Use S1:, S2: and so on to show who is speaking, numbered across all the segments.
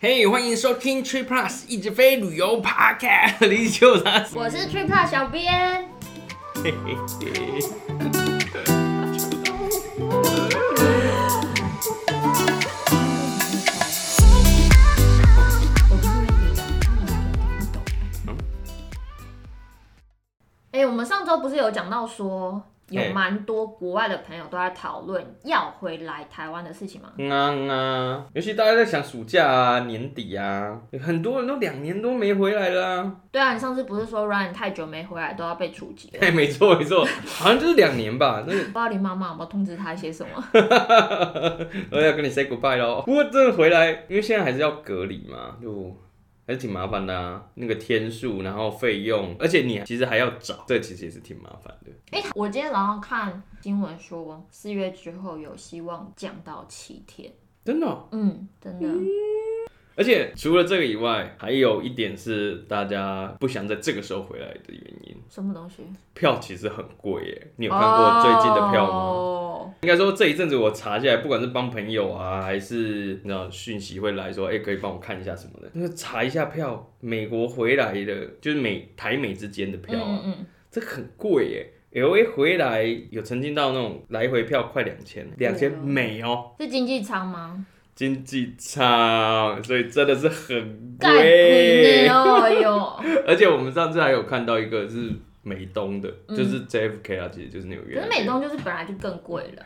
S1: 嘿欢迎收听 Tree Plus 一直飞旅游 Podcast，李 秀达。
S2: 我是 Trip Plus 小编，
S1: 嘿嘿嘿
S2: 哎、我们上周不是有讲到说，有
S1: 哎
S2: 蛮多国外的朋友都在讨论要回来台湾的事情吗？
S1: 嗯啊嗯啊，尤其大家在想暑假啊、年底啊，很多人都两年多没回来了、 啊。
S2: 对啊，你上次不是说 Ryan 太久没回来都要被处级了？
S1: 哎，没错没错，好像就是两年吧。那个
S2: 不知道林妈妈有没有通知他一些什么？
S1: 我呃要跟你 say goodbye 咯。不过真的回来，因为现在还是要隔离嘛，就还是挺麻烦的啊。那个天数，然后费用，而且你其实还要找，这其实也是挺麻烦的。
S2: 哎、我今天早上看新闻说，四月之后有希望降到七天。
S1: 真的哦、
S2: 嗯，真的，
S1: 而且除了这个以外，还有一点是大家不想在这个时候回来的原因。
S2: 什么东西？
S1: 票其实很贵耶，你有看过最近的票吗
S2: 哦
S1: 应该说这一阵子我查下来，不管是帮朋友啊，还是你知道讯息会来说，哎、可以帮我看一下什么的。那个查一下票，美国回来的，就是美台美之间的票啊，
S2: 嗯嗯
S1: 这很贵耶。L A 回来有曾经到那种来回票快两千，两千美哦，
S2: 嗯，是经济舱吗？
S1: 经济舱，所以真的是很
S2: 盖
S1: 贵
S2: 鬼呢。哦哟！
S1: 而且我们上次还有看到一个是美东的，就是 JFK 啊，其实就是纽约。
S2: 嗯可是美。东就是本来就更贵了，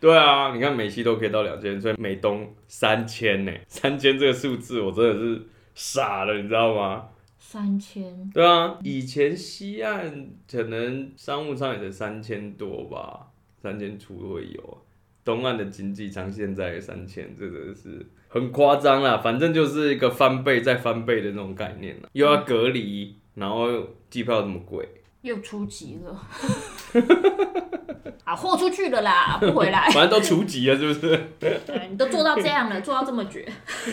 S1: 对啊，你看美西都可以到两千，所以美东三千呢， 三千这个数字我真的是傻了，你知道吗？
S2: 三千。
S1: 对啊，以前西岸可能商务舱也才三千多吧，三千出会有。东岸的经济舱现在三千，这真的是很夸张啦。反正就是一个翻倍再翻倍的那种概念啦，又要隔离，然后机票这么贵，
S2: 又出级了， 啊，豁出去了啦，不回来，
S1: 反正都除籍了，是不是？
S2: 对你都做到这样了，做到这么绝，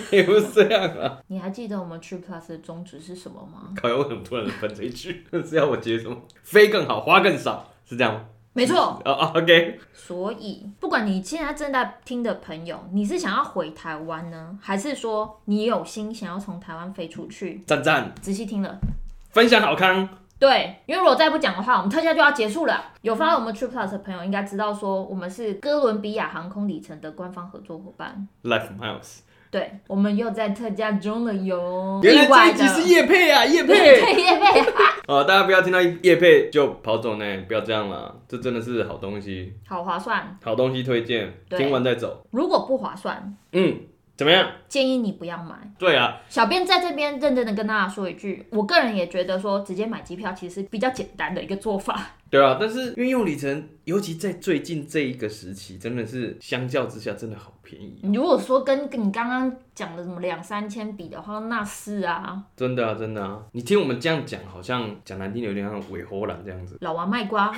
S1: 也不是这样啊。
S2: 你还记得我们 True Plus 的宗旨是什么 吗？
S1: 考验为什么突然分这一句？ 是要我接什么？飞更好，花更少，是这样吗？
S2: 没错，
S1: 哦、哦 o k
S2: 所以不管你现在正在听的朋友，你是想要回台湾呢，还是说你有心想要从台湾飞出去？
S1: 赞赞，
S2: 仔细听了。
S1: 分享好康，
S2: 对，因为如果再不讲的话，我们特价就要结束了。有发到我们 Trip Plus 的朋友应该知道，说我们是哥伦比亚航空里程的官方合作伙伴。
S1: ，Life Miles。
S2: 对，我们又在特价中了哟，
S1: 原来
S2: 意外
S1: 这一
S2: 的
S1: 集是叶配啊，叶配。
S2: 对叶配 啊，
S1: 哦，大家不要听到叶配就跑走呢，不要这样啦，这真的是好东西，
S2: 好划算。
S1: 好东西推荐，
S2: 对
S1: 听完再走。
S2: 如果不划算，
S1: 嗯，怎么样？
S2: 建议你不要买。
S1: 对啊，
S2: 小编在这边认真的跟大家说一句，我个人也觉得说直接买机票其实是比较简单的一个做法。
S1: 对啊，但是运用里程，尤其在最近这一个时期，真的是相较之下真的好便宜，
S2: 你如果说跟跟你刚刚讲的什么两三千比的话，那是啊，
S1: 真的啊，真的啊。你听我们这样讲，好像讲难听，有点像尾喉兰这样子，
S2: 老王卖瓜，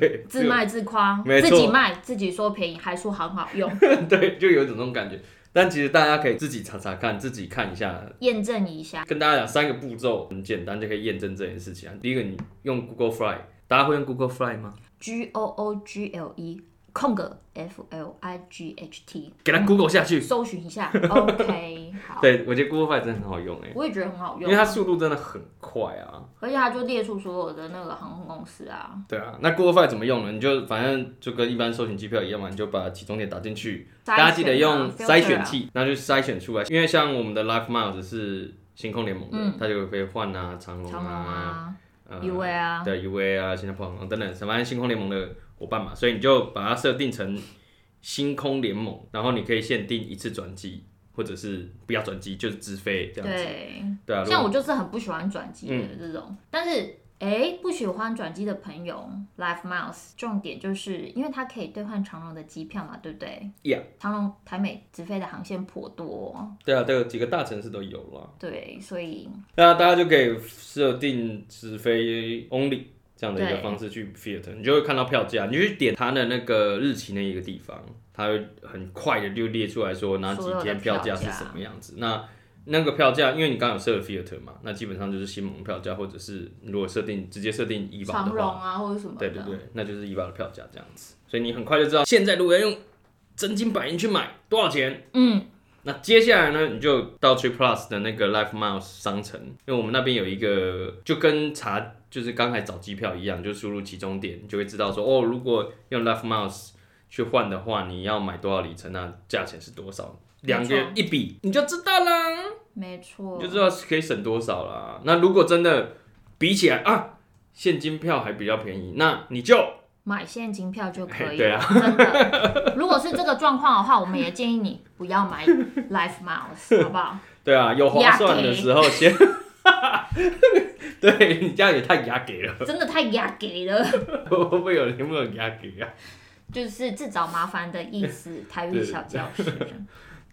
S1: 对，
S2: 自卖自夸，
S1: 没错
S2: 自己卖自己说便宜，还说很好用，
S1: 对，就有一种那种感觉。但其实大家可以自己查查看，自己看一下。
S2: 验证一下。
S1: 跟大家讲三个步骤，很简单就可以验证这件事情啊。第一个，你用 Google Fly，大家会用 Google Fly 吗？
S2: G O O G L E 空格 F L I G H T，
S1: 给它 Google 下去。
S2: 搜寻 一下。OK，好，
S1: 对，我觉得 Google Fly 真的很好用哎、
S2: 我也觉得很好
S1: 因
S2: 用啊
S1: 为，它速度真的很快啊。
S2: 而且它就列出所有的那个航空公司啊，
S1: 对啊，那 Google Fly 怎么用呢？你就反正就跟一般搜寻机票一样嘛，你就把起终点打进去，
S2: 筛选
S1: 大
S2: 啊
S1: 家记得用
S2: filter 啊
S1: 筛选器，然后就筛选出来。因为像我们的 Life Miles 是星空联盟的，它就可以换啊、长龙
S2: 嗯长荣
S1: 啊、
S2: 啊、
S1: 呃
S2: U A 啊，
S1: 对 UA 啊、新加坡航空等等，反正星空联盟的伙伴嘛，所以你就把它设定成星空联盟，然后你可以限定一次转机，或者是不要转机，就是直飞这样子。
S2: 对，
S1: 对啊，如
S2: 像
S1: 果嗯
S2: 我就是很不喜欢转机的这种，但是。哎，不喜欢转机的朋友，Life Miles，重点就是因为它可以兑换长荣的机票嘛，对不对
S1: Yeah
S2: 长荣台美直飞的航线颇多，
S1: 对啊，都有几个大城市都有了，
S2: 对，所以
S1: 那大家就可以设定直飞 only。这样的一个
S2: 对
S1: 方式去 fit，你就会看到票价，你就去点它的那个日期那一个地方，它会很快的就列出来说哪几
S2: 所有的
S1: 天票价
S2: 票
S1: 是
S2: 价
S1: 什么样子。那那个票价，因为你刚刚有设了 fit 嘛，那基本上就是新盟票价，或者是如果设定直接设定一八
S2: 长
S1: 的
S2: 荣
S1: 话，
S2: 啊或者什么的，
S1: 对对对，那就是一八的票价这样子。所以你很快就知道，现在如果要用真金白银去买多少钱，
S2: 嗯，
S1: 那接下来呢，你就到 Trip Plus 的那个 Life Miles 商城，因为我们那边有一个就跟查就是刚才找机票一样，就输入起终点，你就会知道说哦，如果用 Life Miles 去换的话，你要买多少里程，那价钱是多少？两个一比你就知道啦，
S2: 没错
S1: 你就，知道可以省多少啦。那如果真的比起来啊，现金票还比较便宜，那你就
S2: 买现金票就可
S1: 嘿
S2: 以了。
S1: 对啊
S2: 真的，如果是这个状况的话，我们也建议你不要买 Life Miles，好不好？
S1: 对啊，有划算的时候先， 对你这样也太牙给了，
S2: 真的太雅给了，
S1: 会不会有人有没有牙给啊？
S2: 就是自找麻烦的意思。台语小教师，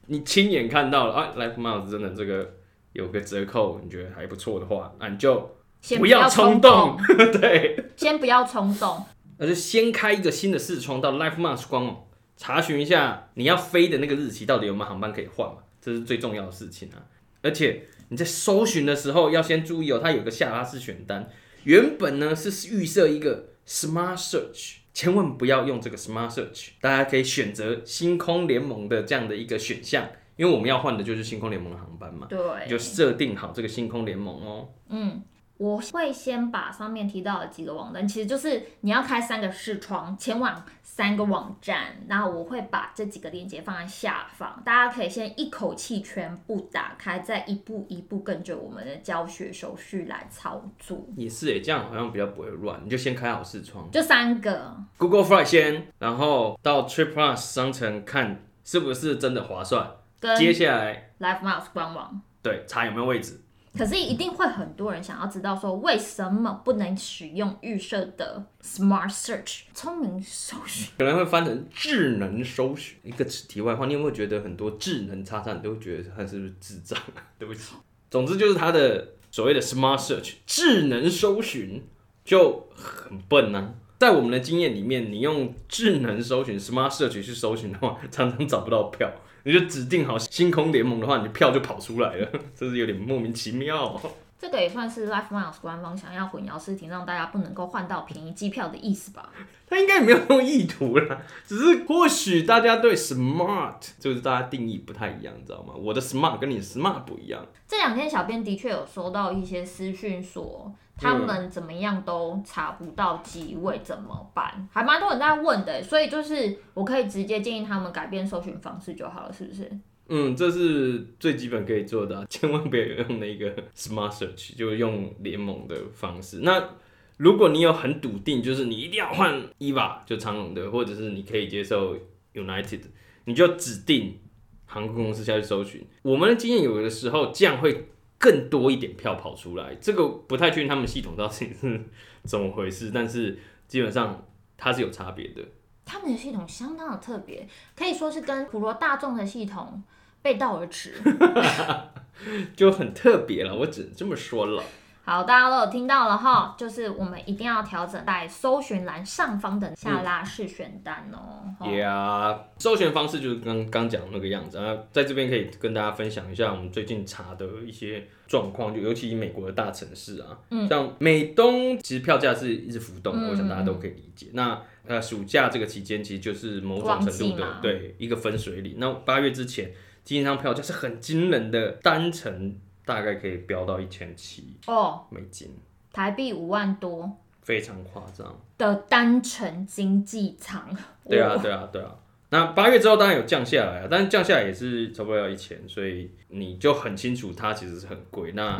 S1: 你亲眼看到了啊，Life Miles 真的这个有个折扣，你觉得还不错的话，那你就
S2: 先
S1: 不要
S2: 冲
S1: 冲动， 对，
S2: 先不要冲动。
S1: 那就先开一个新的视窗到 Life Miles 官网哦查询一下你要飞的那个日期到底有没有航班可以换嘛，这是最重要的事情啊。而且你在搜寻的时候要先注意哦，它有个下拉式选单，原本呢是预设一个 Smart Search，千万不要用这个 Smart Search，大家可以选择星空联盟的这样的一个选项，因为我们要换的就是星空联盟的航班嘛，
S2: 对，
S1: 就设定好这个星空联盟哦。
S2: 嗯，我会先把上面提到的几个网站，其实就是你要开三个视窗，前往三个网站，然后我会把这几个链接放在下方，大家可以先一口气全部打开，再一步一步跟着我们的教学手续来操作。
S1: 也是诶，这样好像比较不会乱，你就先开好视窗。
S2: 就三个，
S1: Google Fly 先，然后到 Trip Plus 商城看是不是真的划算。
S2: 跟
S1: 接下来
S2: Live Mouse 官网。
S1: 对查有没有位置，
S2: 可是一定会很多人想要知道说，为什么不能使用预设的 Smart Search 聪明搜寻？
S1: 可能会翻成智能搜寻。一个题外话，你有没有觉得很多智能叉叉，你都会觉得它是不是智障？ 对不起，总之就是它的所谓的 Smart Search 智能搜寻就很笨呐、在我们的经验里面，你用智能搜寻 Smart Search 去搜寻的话，常常找不到票。你就指定好星空联盟的话，你的票就跑出来了， 这是有点莫名其妙哦、
S2: 这个也算是 Life Miles 官方想要混淆视听，让大家不能够换到便宜机票的意思吧？
S1: 他应该没有那种意图啦， 只是或许大家对 smart 就是大家定义不太一样，你知道吗？我的 smart 跟你的 smart 不一样，
S2: 这两天小编的确有收到一些私讯说，他们怎么样都查不到机位，怎么办？还蛮多人在问的，欸所以就是我可以直接建议他们改变搜寻方式就好了，是不是？
S1: 嗯，这是最基本可以做的啊、 千万不要用那个 smart search，就用联盟的方式。那如果你有很笃定，就是你一定要换 EVA 就长龙的，或者是你可以接受 United，你就指定航空公司下去搜寻。我们的经验有的时候这样会更多一点票跑出来，这个不太确定他们系统到底是怎么回事，但是基本上它是有差别的。
S2: 他们的系统相当的特别，可以说是跟普罗大众的系统背道而驰。
S1: 就很特别了，我只能这么说了。
S2: 好，大家都有听到了哈，就是我们一定要调整在搜寻栏上方的下拉式选单哦。吼
S1: 呀，搜寻啊方式就是刚刚讲的那个样子啊，那在这边可以跟大家分享一下我们最近查的一些状况，就尤其美国的大城市啊，
S2: 嗯
S1: 像美东其实票价是一直浮动的，
S2: 嗯
S1: 我想大家都可以理解。那呃，暑假这个期间其实就是某种程
S2: 旺
S1: 度
S2: 季
S1: 的
S2: 嘛
S1: 对一个分水岭。那八月之前，基本上票价是很惊人的，单程大概可以飙到一千七
S2: 哦，
S1: 美金，
S2: 台币五万多
S1: 非常夸张。
S2: 的单程经济舱，
S1: 对啊，对啊，对啊。那八月之后当然有降下来啊，但是降下来也是差不多要一千，所以你就很清楚它其实是很贵。那、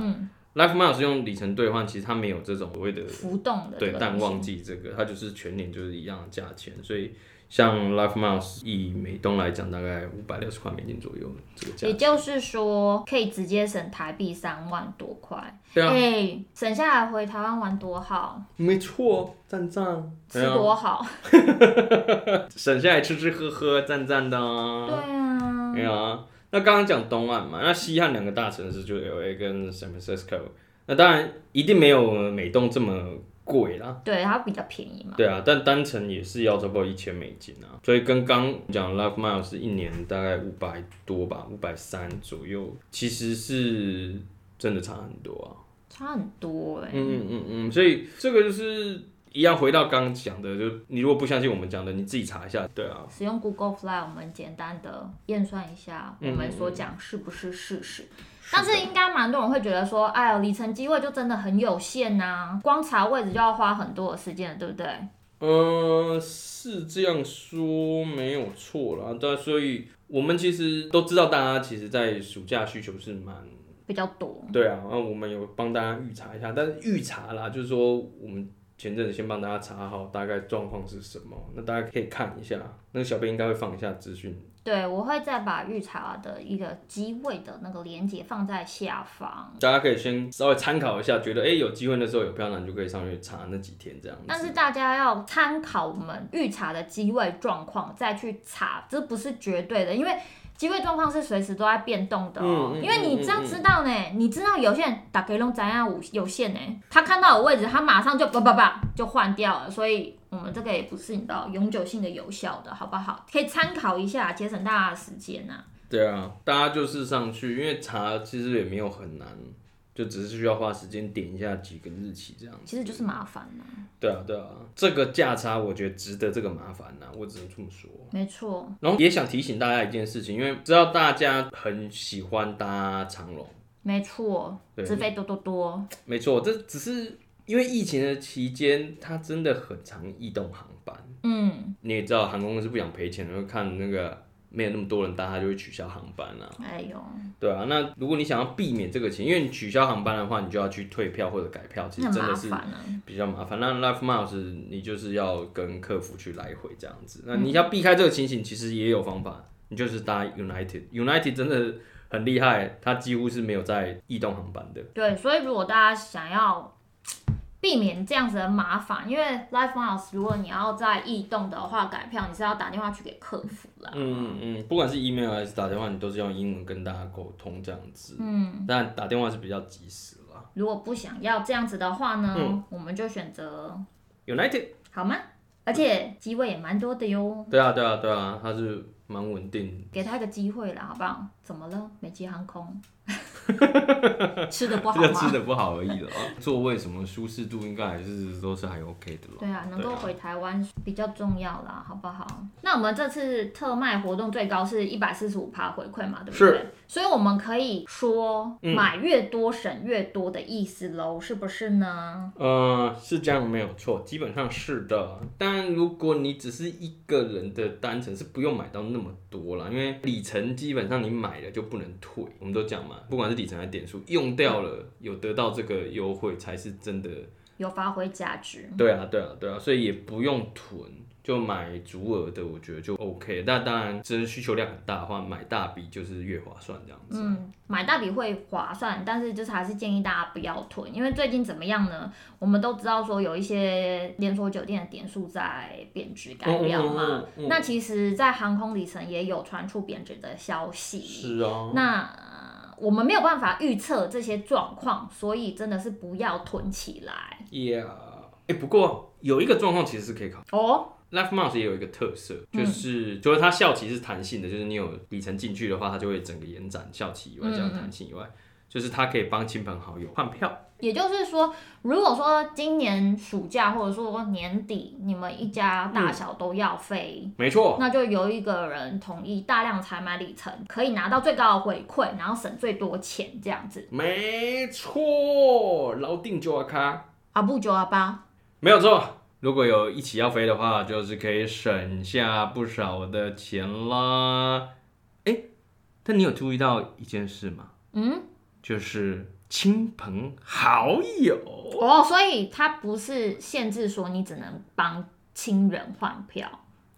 S1: Life
S2: 嗯
S1: Miles 用里程兑换，其实它没有这种所谓的
S2: 浮动的这
S1: 对
S2: 个
S1: 淡
S2: 东西
S1: 旺季这个，它就是全年就是一样的价钱。所以像 Life Miles 以美东来讲，大概五百六十块美金左右这个价
S2: 也。就是说，可以直接省台币三万多块，
S1: 对
S2: 哎、
S1: 啊，
S2: 省下来回台湾玩多好，
S1: 没错，赞赞。
S2: 吃
S1: 对啊，
S2: 多好，
S1: 省下来吃吃喝喝，赞赞的啊。
S2: 对啊，
S1: 没有啊。那刚刚讲东岸嘛，那西岸两个大城市就是 L A 跟 San Francisco，那当然一定没有美东这么贵啦。
S2: 对，它比较便宜嘛，
S1: 对啊，但单程也是要差不多一千美金啊，所以跟刚讲 Life Mile 是一年大概五百多吧，五百三左右，其实是真的差很多啊。
S2: 差很多哎、
S1: 嗯嗯嗯嗯，所以这个就是一样回到刚刚讲的，就是你如果不相信我们讲的，你自己查一下。对啊，
S2: 使用 Google Fly，我们简单的验算一下我
S1: 嗯
S2: 们所讲是不是事实。但
S1: 的
S2: 是应该蛮多人会觉得说，哎呦，里程机位就真的很有限呐、光查位置就要花很多的时间了，对不对？
S1: 呃，是这样说没有错啦。但所以我们其实都知道，大家其实，在暑假需求是蛮
S2: 比较多，
S1: 对啊。那我们有帮大家预查一下，但是预查啦，就是说我们前阵子先帮大家查好大概状况是什么，那大家可以看一下。那个小编应该会放一下资讯。
S2: 对我会再把预查的一个机位的那个连接放在下方。
S1: 大家可以先稍微参考一下，觉得哎、诶有机会的时候有票男就可以上去查那几天这样子。
S2: 但是大家要参考我们预查的机位状况再去查，这不是绝对的，因为机位状况是随时都在变动的、哦。
S1: 嗯嗯
S2: 因为你这样知道呢，你知道有些人打给龙咱样有有限呢，他看到有位置，他马上就叭叭叭就换掉了，所以。我们这个也不是你知道永久性的有效的，好不好？可以参考一下，节省大家的时间呐、
S1: 对啊，大家就是上去，因为查其实也没有很难，就只是需要花时间点一下几个日期这样子。
S2: 其实就是麻烦呐、
S1: 对啊，对啊，这个价差我觉得值得这个麻烦呐、我只能这么说。
S2: 没错。
S1: 然后也想提醒大家一件事情，因为知道大家很喜欢搭长龙，
S2: 没错，
S1: 对
S2: 自费多多多，
S1: 没错，这只是因为疫情的期间，它真的很常异动航班。
S2: 嗯，
S1: 你也知道，航空公司不想赔钱，然后看那个没有那么多人搭，它就会取消航班啊。
S2: 哎呦，
S1: 对啊，那如果你想要避免这个情，因为你取消航班的话，你就要去退票或者改票，其实
S2: 那
S1: 真
S2: 麻
S1: 的是
S2: 烦啊，
S1: 比较麻烦。那 Life Miles 你就是要跟客服去来回这样子，
S2: 嗯
S1: 那你要避开这个情形，其实也有方法，你就是搭 United。United 真的很厉害，它几乎是没有在异动航班的。
S2: 对，所以如果大家想要避免这样子的麻烦，因为 Life Miles 如果你要在异动的话改票，你是要打电话去给客服啦，
S1: 嗯嗯嗯，不管是 email 还是打电话，你都是用英文跟大家沟通这样子。嗯，但打电话是比较及时啦。
S2: 如果不想要这样子的话呢，
S1: 嗯
S2: 我们就选择
S1: United，
S2: 好吗？而且机位也蛮多的哟，
S1: 对啊对啊对啊，它是蛮稳定
S2: 给他一个机会啦，好不好？怎么了？美籍 航空吃的 不好
S1: 这个
S2: 吗？
S1: 吃的不好而已了。 座位什么舒适度应该还是都是还 OK 的
S2: 对
S1: 啦。
S2: 啊，能够
S1: 对
S2: 回台湾比较重要啦，好不好？那我们这次特卖活动最高是一百四十五趴回馈嘛，对不对？所以我们可以说
S1: 嗯
S2: 买越多省越多的意思喽，是不是呢？
S1: 呃，是这样没有错，基本上是的。但如果你只是一个人的单程，是不用买到那么多啦，因为里程基本上你买了就不能退。我们都讲嘛，不管是里程还是点数，用掉了有得到这个优惠才是真的。
S2: 有发挥价值，
S1: 对啊，对啊，对啊，所以也不用囤。就买足额的，我觉得就 OK。那当然，真的需求量很大的话，买大笔就是越划算这样子。
S2: 嗯，买大笔会划算，但是就是还是建议大家不要囤，因为最近怎么样呢？我们都知道说有一些连锁酒店的点数在贬值改掉嘛，
S1: 嗯嗯嗯嗯
S2: 那其实，在航空里程也有传出贬值的消息，
S1: 是啊，
S2: 那呃我们没有办法预测这些状况，所以真的是不要囤起来
S1: Yeah，哎、不过有一个状况其实是可以考
S2: 哦。
S1: ，Life Miles 也有一个特色，就是、除了它效期是弹性的，就是你有里程进去的话，它就会整个延展效期以外，这样弹性以外，就是它可以帮亲朋好友换票。
S2: 也就是说，如果说今年暑假或者说年底，你们一家大小都要飞，
S1: 没错，
S2: 那就由一个人统一大量采买里程，可以拿到最高的回馈，然后省最多钱这样子。
S1: 没错，老定就要卡，
S2: 阿布九阿八，
S1: 没有错。如果有一起要飞的话，就是可以省下不少的钱啦。哎、但你有注意到一件事吗？
S2: 嗯，
S1: 就是亲朋好友。
S2: 哦，所以它不是限制说你只能帮亲人换票。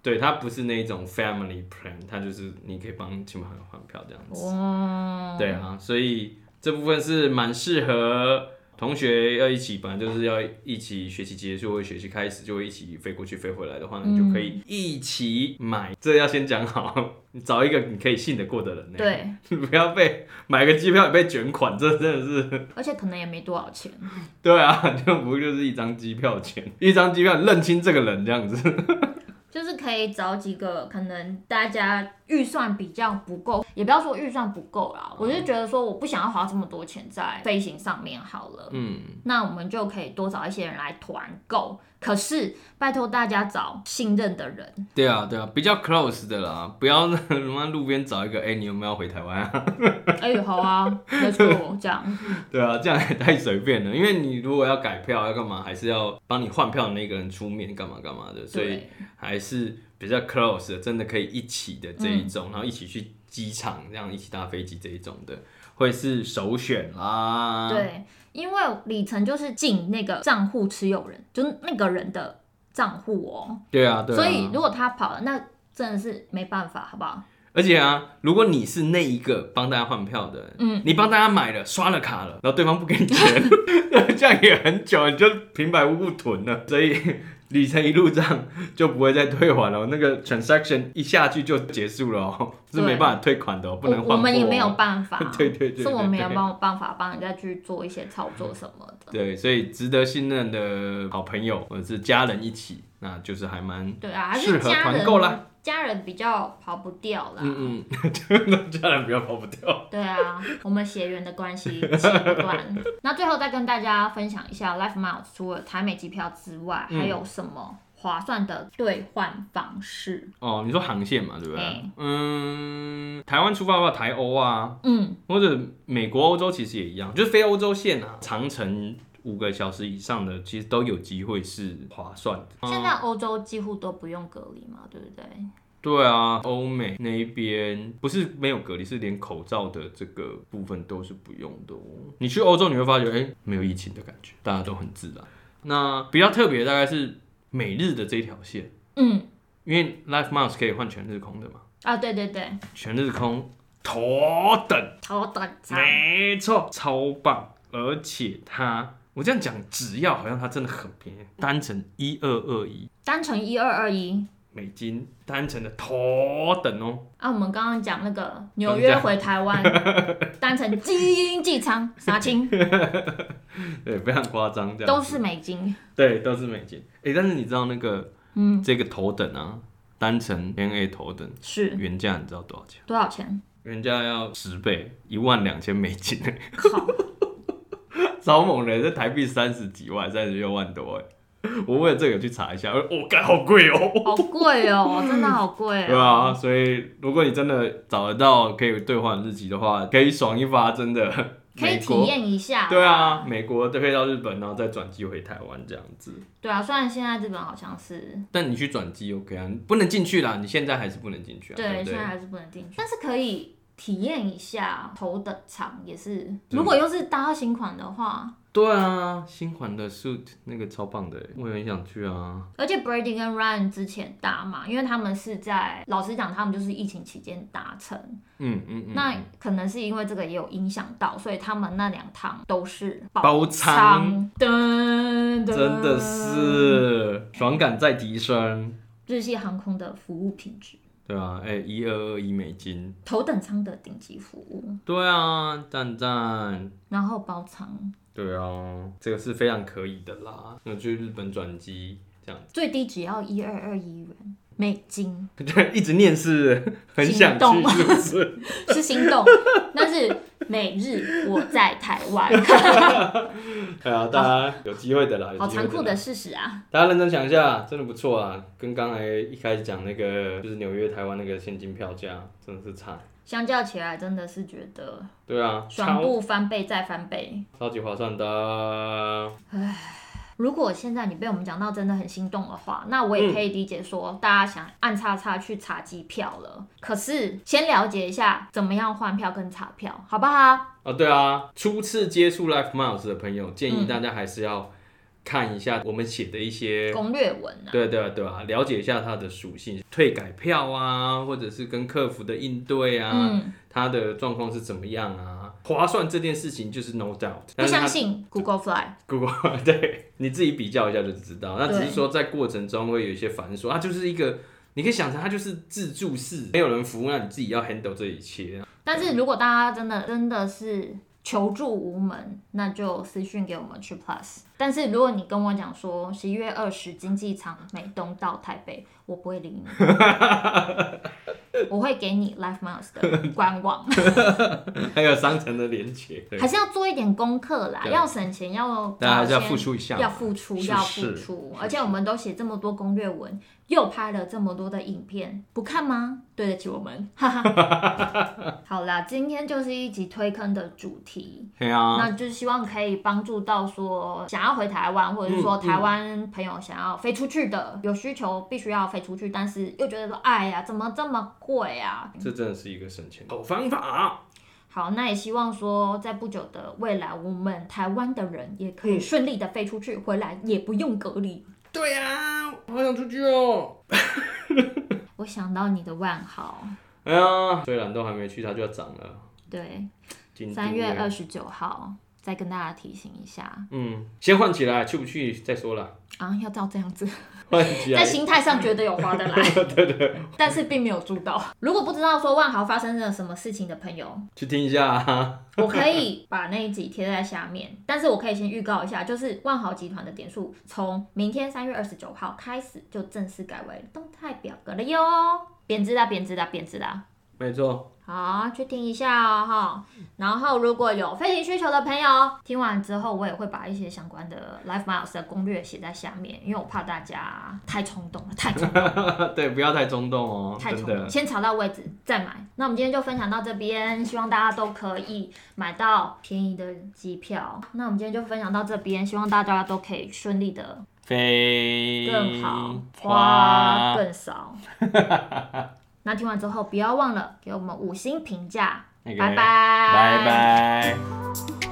S1: 对，它不是那种 family plan，它就是你可以帮亲朋好友换票这样子。
S2: 哦，
S1: 对啊，所以这部分是蛮适合同学要一起，本来就是要一起学习结束或学习开始就会一起飞过去飞回来的话，你就可以一起买。这要先讲好，你找一个你可以信得过的人、，
S2: 对，
S1: 不要被买个机票也被卷款，这真的是
S2: 而且可能也没多少钱。
S1: 对啊，就不就是一张机票钱，一张机票认清这个人这样子。
S2: 就是可以找几个可能大家预算比较不够，也不要说预算不够
S1: 嗯
S2: 啦，我就觉得说我不想要花这么多钱在飞行上面好了。
S1: 嗯，
S2: 那我们就可以多找一些人来团购。可是拜托大家找信任 的人，
S1: 对啊，对啊，比较 close 的啦，不要 他妈路边找一个，哎、你有没有要回台湾啊？
S2: 哎、好啊，没错，这样
S1: 对啊，这样也太随便了，因为你如果要改票要干嘛，还是要帮你换票的那个人出面干嘛干嘛的，所以
S2: 对
S1: 还是比较 close 的，真的可以一起的这一
S2: 嗯
S1: 种，然后一起去机场，这样一起搭飞机这一种的，会是首选啦。，
S2: 对，因为里程就是进那个账户持有人，就是那个人的账户哦。
S1: 对啊，对啊。
S2: 所以如果他跑了，那真的是没办法，好不好？
S1: 而且啊，如果你是那一个帮大家换票的，
S2: 嗯，
S1: 你帮大家买了、刷了卡了，然后对方不给你钱， 那这样也很久，你就平白无故囤了，所以里程一入账就不会再退还了。那个 transaction 一下去就结束了哦， 是
S2: 对
S1: 没办法退款的哦，不能换
S2: 我我们也
S1: 货哦
S2: 没有办法
S1: ，对对对对
S2: 是我们也
S1: 对
S2: 没有办法帮人家去做一些操作什么的。
S1: 对，所以值得信任的好朋友或者是家人一起，那就是还蛮
S2: 对啊，还
S1: 适
S2: 是
S1: 合
S2: 家
S1: 团
S2: 人
S1: 购啦
S2: 家人比较跑不掉啦。
S1: 嗯嗯，家人不要跑不掉。
S2: 对啊，我们血缘的关系切不断。那最后再跟大家分享一下，Life Miles 除了台美机票之外，
S1: 嗯
S2: 还有什么划算的兑换方式？
S1: 哦，你说航线嘛，对不对？
S2: 哎
S1: 嗯，台湾出发的话，台欧啊，
S2: 嗯，
S1: 或者美国、欧洲其实也一样，就是非欧洲线啊，长程五个小时以上的，其实都有机会是划算的。
S2: 现在欧洲几乎都不用隔离嘛，对不对？
S1: 对啊，欧美那边不是没有隔离，是连口罩的这个部分都是不用的哦。你去欧洲你会发觉，哎、没有疫情的感觉，大家都很自然。那比较特别大概是美日的这一条线，
S2: 嗯，
S1: 因为 Life Miles 可以换全日空的嘛，
S2: 啊，对对对，
S1: 全日空头等，
S2: 好短长，
S1: 没错，超棒，而且它。我这样讲，只要好像它真的很便宜，单程一二二一
S2: 单程一二二一。
S1: 美金，单程的头等哦，
S2: 啊，我们刚刚讲那个纽约回台湾，单程经济舱杀青
S1: 对，非常夸张，这样子
S2: 都是美金，
S1: 对，都是美金。哎、但是你知道那个
S2: 嗯，
S1: 这个头等啊，单程 N A 头等
S2: 是
S1: 原价你知道多少钱？
S2: 多少钱？
S1: 原价要十倍，一万两千美金，
S2: 靠，
S1: 超猛的，这台币三十几万，三十六万多哎。我为了这个去查一下，我我干、好贵哦。
S2: 好贵哦，真的好贵
S1: 对
S2: 哦。
S1: 啊，所以如果你真的找得到可以兑换的日期的话，可以爽一发，真的。
S2: 可以
S1: 美
S2: 体
S1: 国。
S2: 验一下。
S1: 对啊，美国再飞到日本，然后再转机回台湾这样子。
S2: 对啊，虽然现在日本好像是
S1: 但你去转机 OK 啊，你不能进去啦，你现在还是不能进去啊。对
S2: 对，
S1: 不
S2: 现
S1: 对
S2: 在还是不能进去，但是可以体验一下头等舱也是。如果又是搭到新款的话，
S1: 对啊，新款的 suit 那个超棒的耶，我也很想去啊。
S2: 而且 Brady 跟 Ryan 之前搭嘛，因为他们是在老实讲，他们就是疫情期间搭乘，
S1: 嗯嗯嗯，
S2: 那可能是因为这个也有影响到，所以他们那两趟都是
S1: 包舱
S2: 舱，噔噔，
S1: 真的是爽感再提升，
S2: 日系航空的服务品质，
S1: 对啊，哎、1一二二一美金，
S2: 头等舱的顶级服务，
S1: 对啊，赞赞。
S2: 然后包舱
S1: 对啊，这个是非常可以的啦。那去日本转机这样，
S2: 最低只要一二二一元美金，
S1: 对，一直念是很想
S2: 心动
S1: 去，是不 是？
S2: 是 心动，但是每日我在台 湾，
S1: 对啊，大家有机会的啦，有
S2: 好
S1: 机会
S2: 残酷
S1: 啦
S2: 的事实啊！
S1: 大家认真想一下，真的不错啊，跟刚才一开始讲那个就是纽约、台湾那个现金票价真的是差。
S2: 相较起来，真的是觉得
S1: 对啊，
S2: 爽
S1: 超
S2: 度翻倍再翻倍。
S1: 超级划算的啊。
S2: 如果现在你被我们讲到真的很心动的话，那我也可以
S1: 嗯
S2: 理解说大家想按叉叉去查机票了。可是先了解一下怎么样换票跟查票，好不好？
S1: 哦，对啊，初次接触 Life Miles 的朋友，
S2: 嗯
S1: 建议大家还是要看一下我们写的一些，
S2: 攻略文啊，
S1: 对对啊对啊，了解一下它的属性，退改票啊，或者是跟客服的应对啊，
S2: 嗯，
S1: 它的状况是怎么样啊？划算这件事情就是 no doubt，
S2: 不
S1: 但是它
S2: 相信 Google Fly，
S1: Google 对你自己比较一下就知道。那只
S2: 对
S1: 是说在过程中会有一些繁琐，它就是一个你可以想成它就是自助式，没有人服务，那你自己要 handle 这一切。
S2: 但是如果大家真的真的是求助无门，那就私讯给我们去 Plus。但是如果你跟我讲说十一月二十经济舱美东到台北，我不会 理你，我会给你 Life Miles 的官网，
S1: 还有商城的连接，对
S2: 还是要做一点功课啦，
S1: 对
S2: 要省钱，要
S3: 大家还是要
S2: 先
S3: 付出一下嘛，
S2: 要付出，
S1: 是
S2: 要
S1: 是
S2: 付出，而且我们都写这么多攻略文，又拍了这么多的影片，不看吗？对得起我们， 哈哈。好啦，今天就是一集推坑的主题，
S3: 对啊，
S2: 那就是希望可以帮助到说想要回台湾，或者是说
S3: 嗯
S2: 台湾朋友想要飞出去的，有需求必须要飞出去，但是又觉得说，哎呀，怎么这么贵啊？
S1: 这真的是一个省钱的好方法。
S2: 好，那也希望说，在不久的未来，我们台湾的人也可以顺利的飞出去，回来也不用隔离。
S1: 对呀、啊，我好想出去哦。
S2: 我想到你的万豪，
S1: 哎呀，虽然都还没去，它就要涨了。
S2: 对，
S1: 京都
S2: 三月
S1: 耶
S2: 二十九号，再跟大家提醒一下
S1: 嗯，先换起来，去不去再说啦。
S2: 啊，要照这样子，
S1: 换起来
S2: 在，心态上觉得有划得来， 对对，但是并没有做到。如果不知道说万豪发生了什么事情的朋友，
S1: 去听一下、啊。
S2: 我可以把那一集贴在下面，但是我可以先预告一下，就是万豪集团的点数从明天三月二十九号开始就正式改为动态表格了哟，贬值啦，贬值啦，贬值啦。
S1: 没错，
S2: 好，去听一下哦，哈。然后如果有飞行需求的朋友，听完之后我也会把一些相关的 Life Miles 的攻略写在下面，因为我怕大家太冲动了，太冲动了，
S1: 啊对，不要太冲动哦，
S2: 太
S1: 真
S2: 冲动了，
S1: 的。
S2: 先查到位置再买。那我们今天就分享到这边，希望大家都可以买到便宜的机票。那我们今天就分享到这边，希望大家都可以顺利的
S3: 飞
S2: 更好，花
S3: 花
S2: 更少。那听完之后不要忘了给我们五星评价，
S3: 那个
S2: 拜拜，
S3: 拜拜。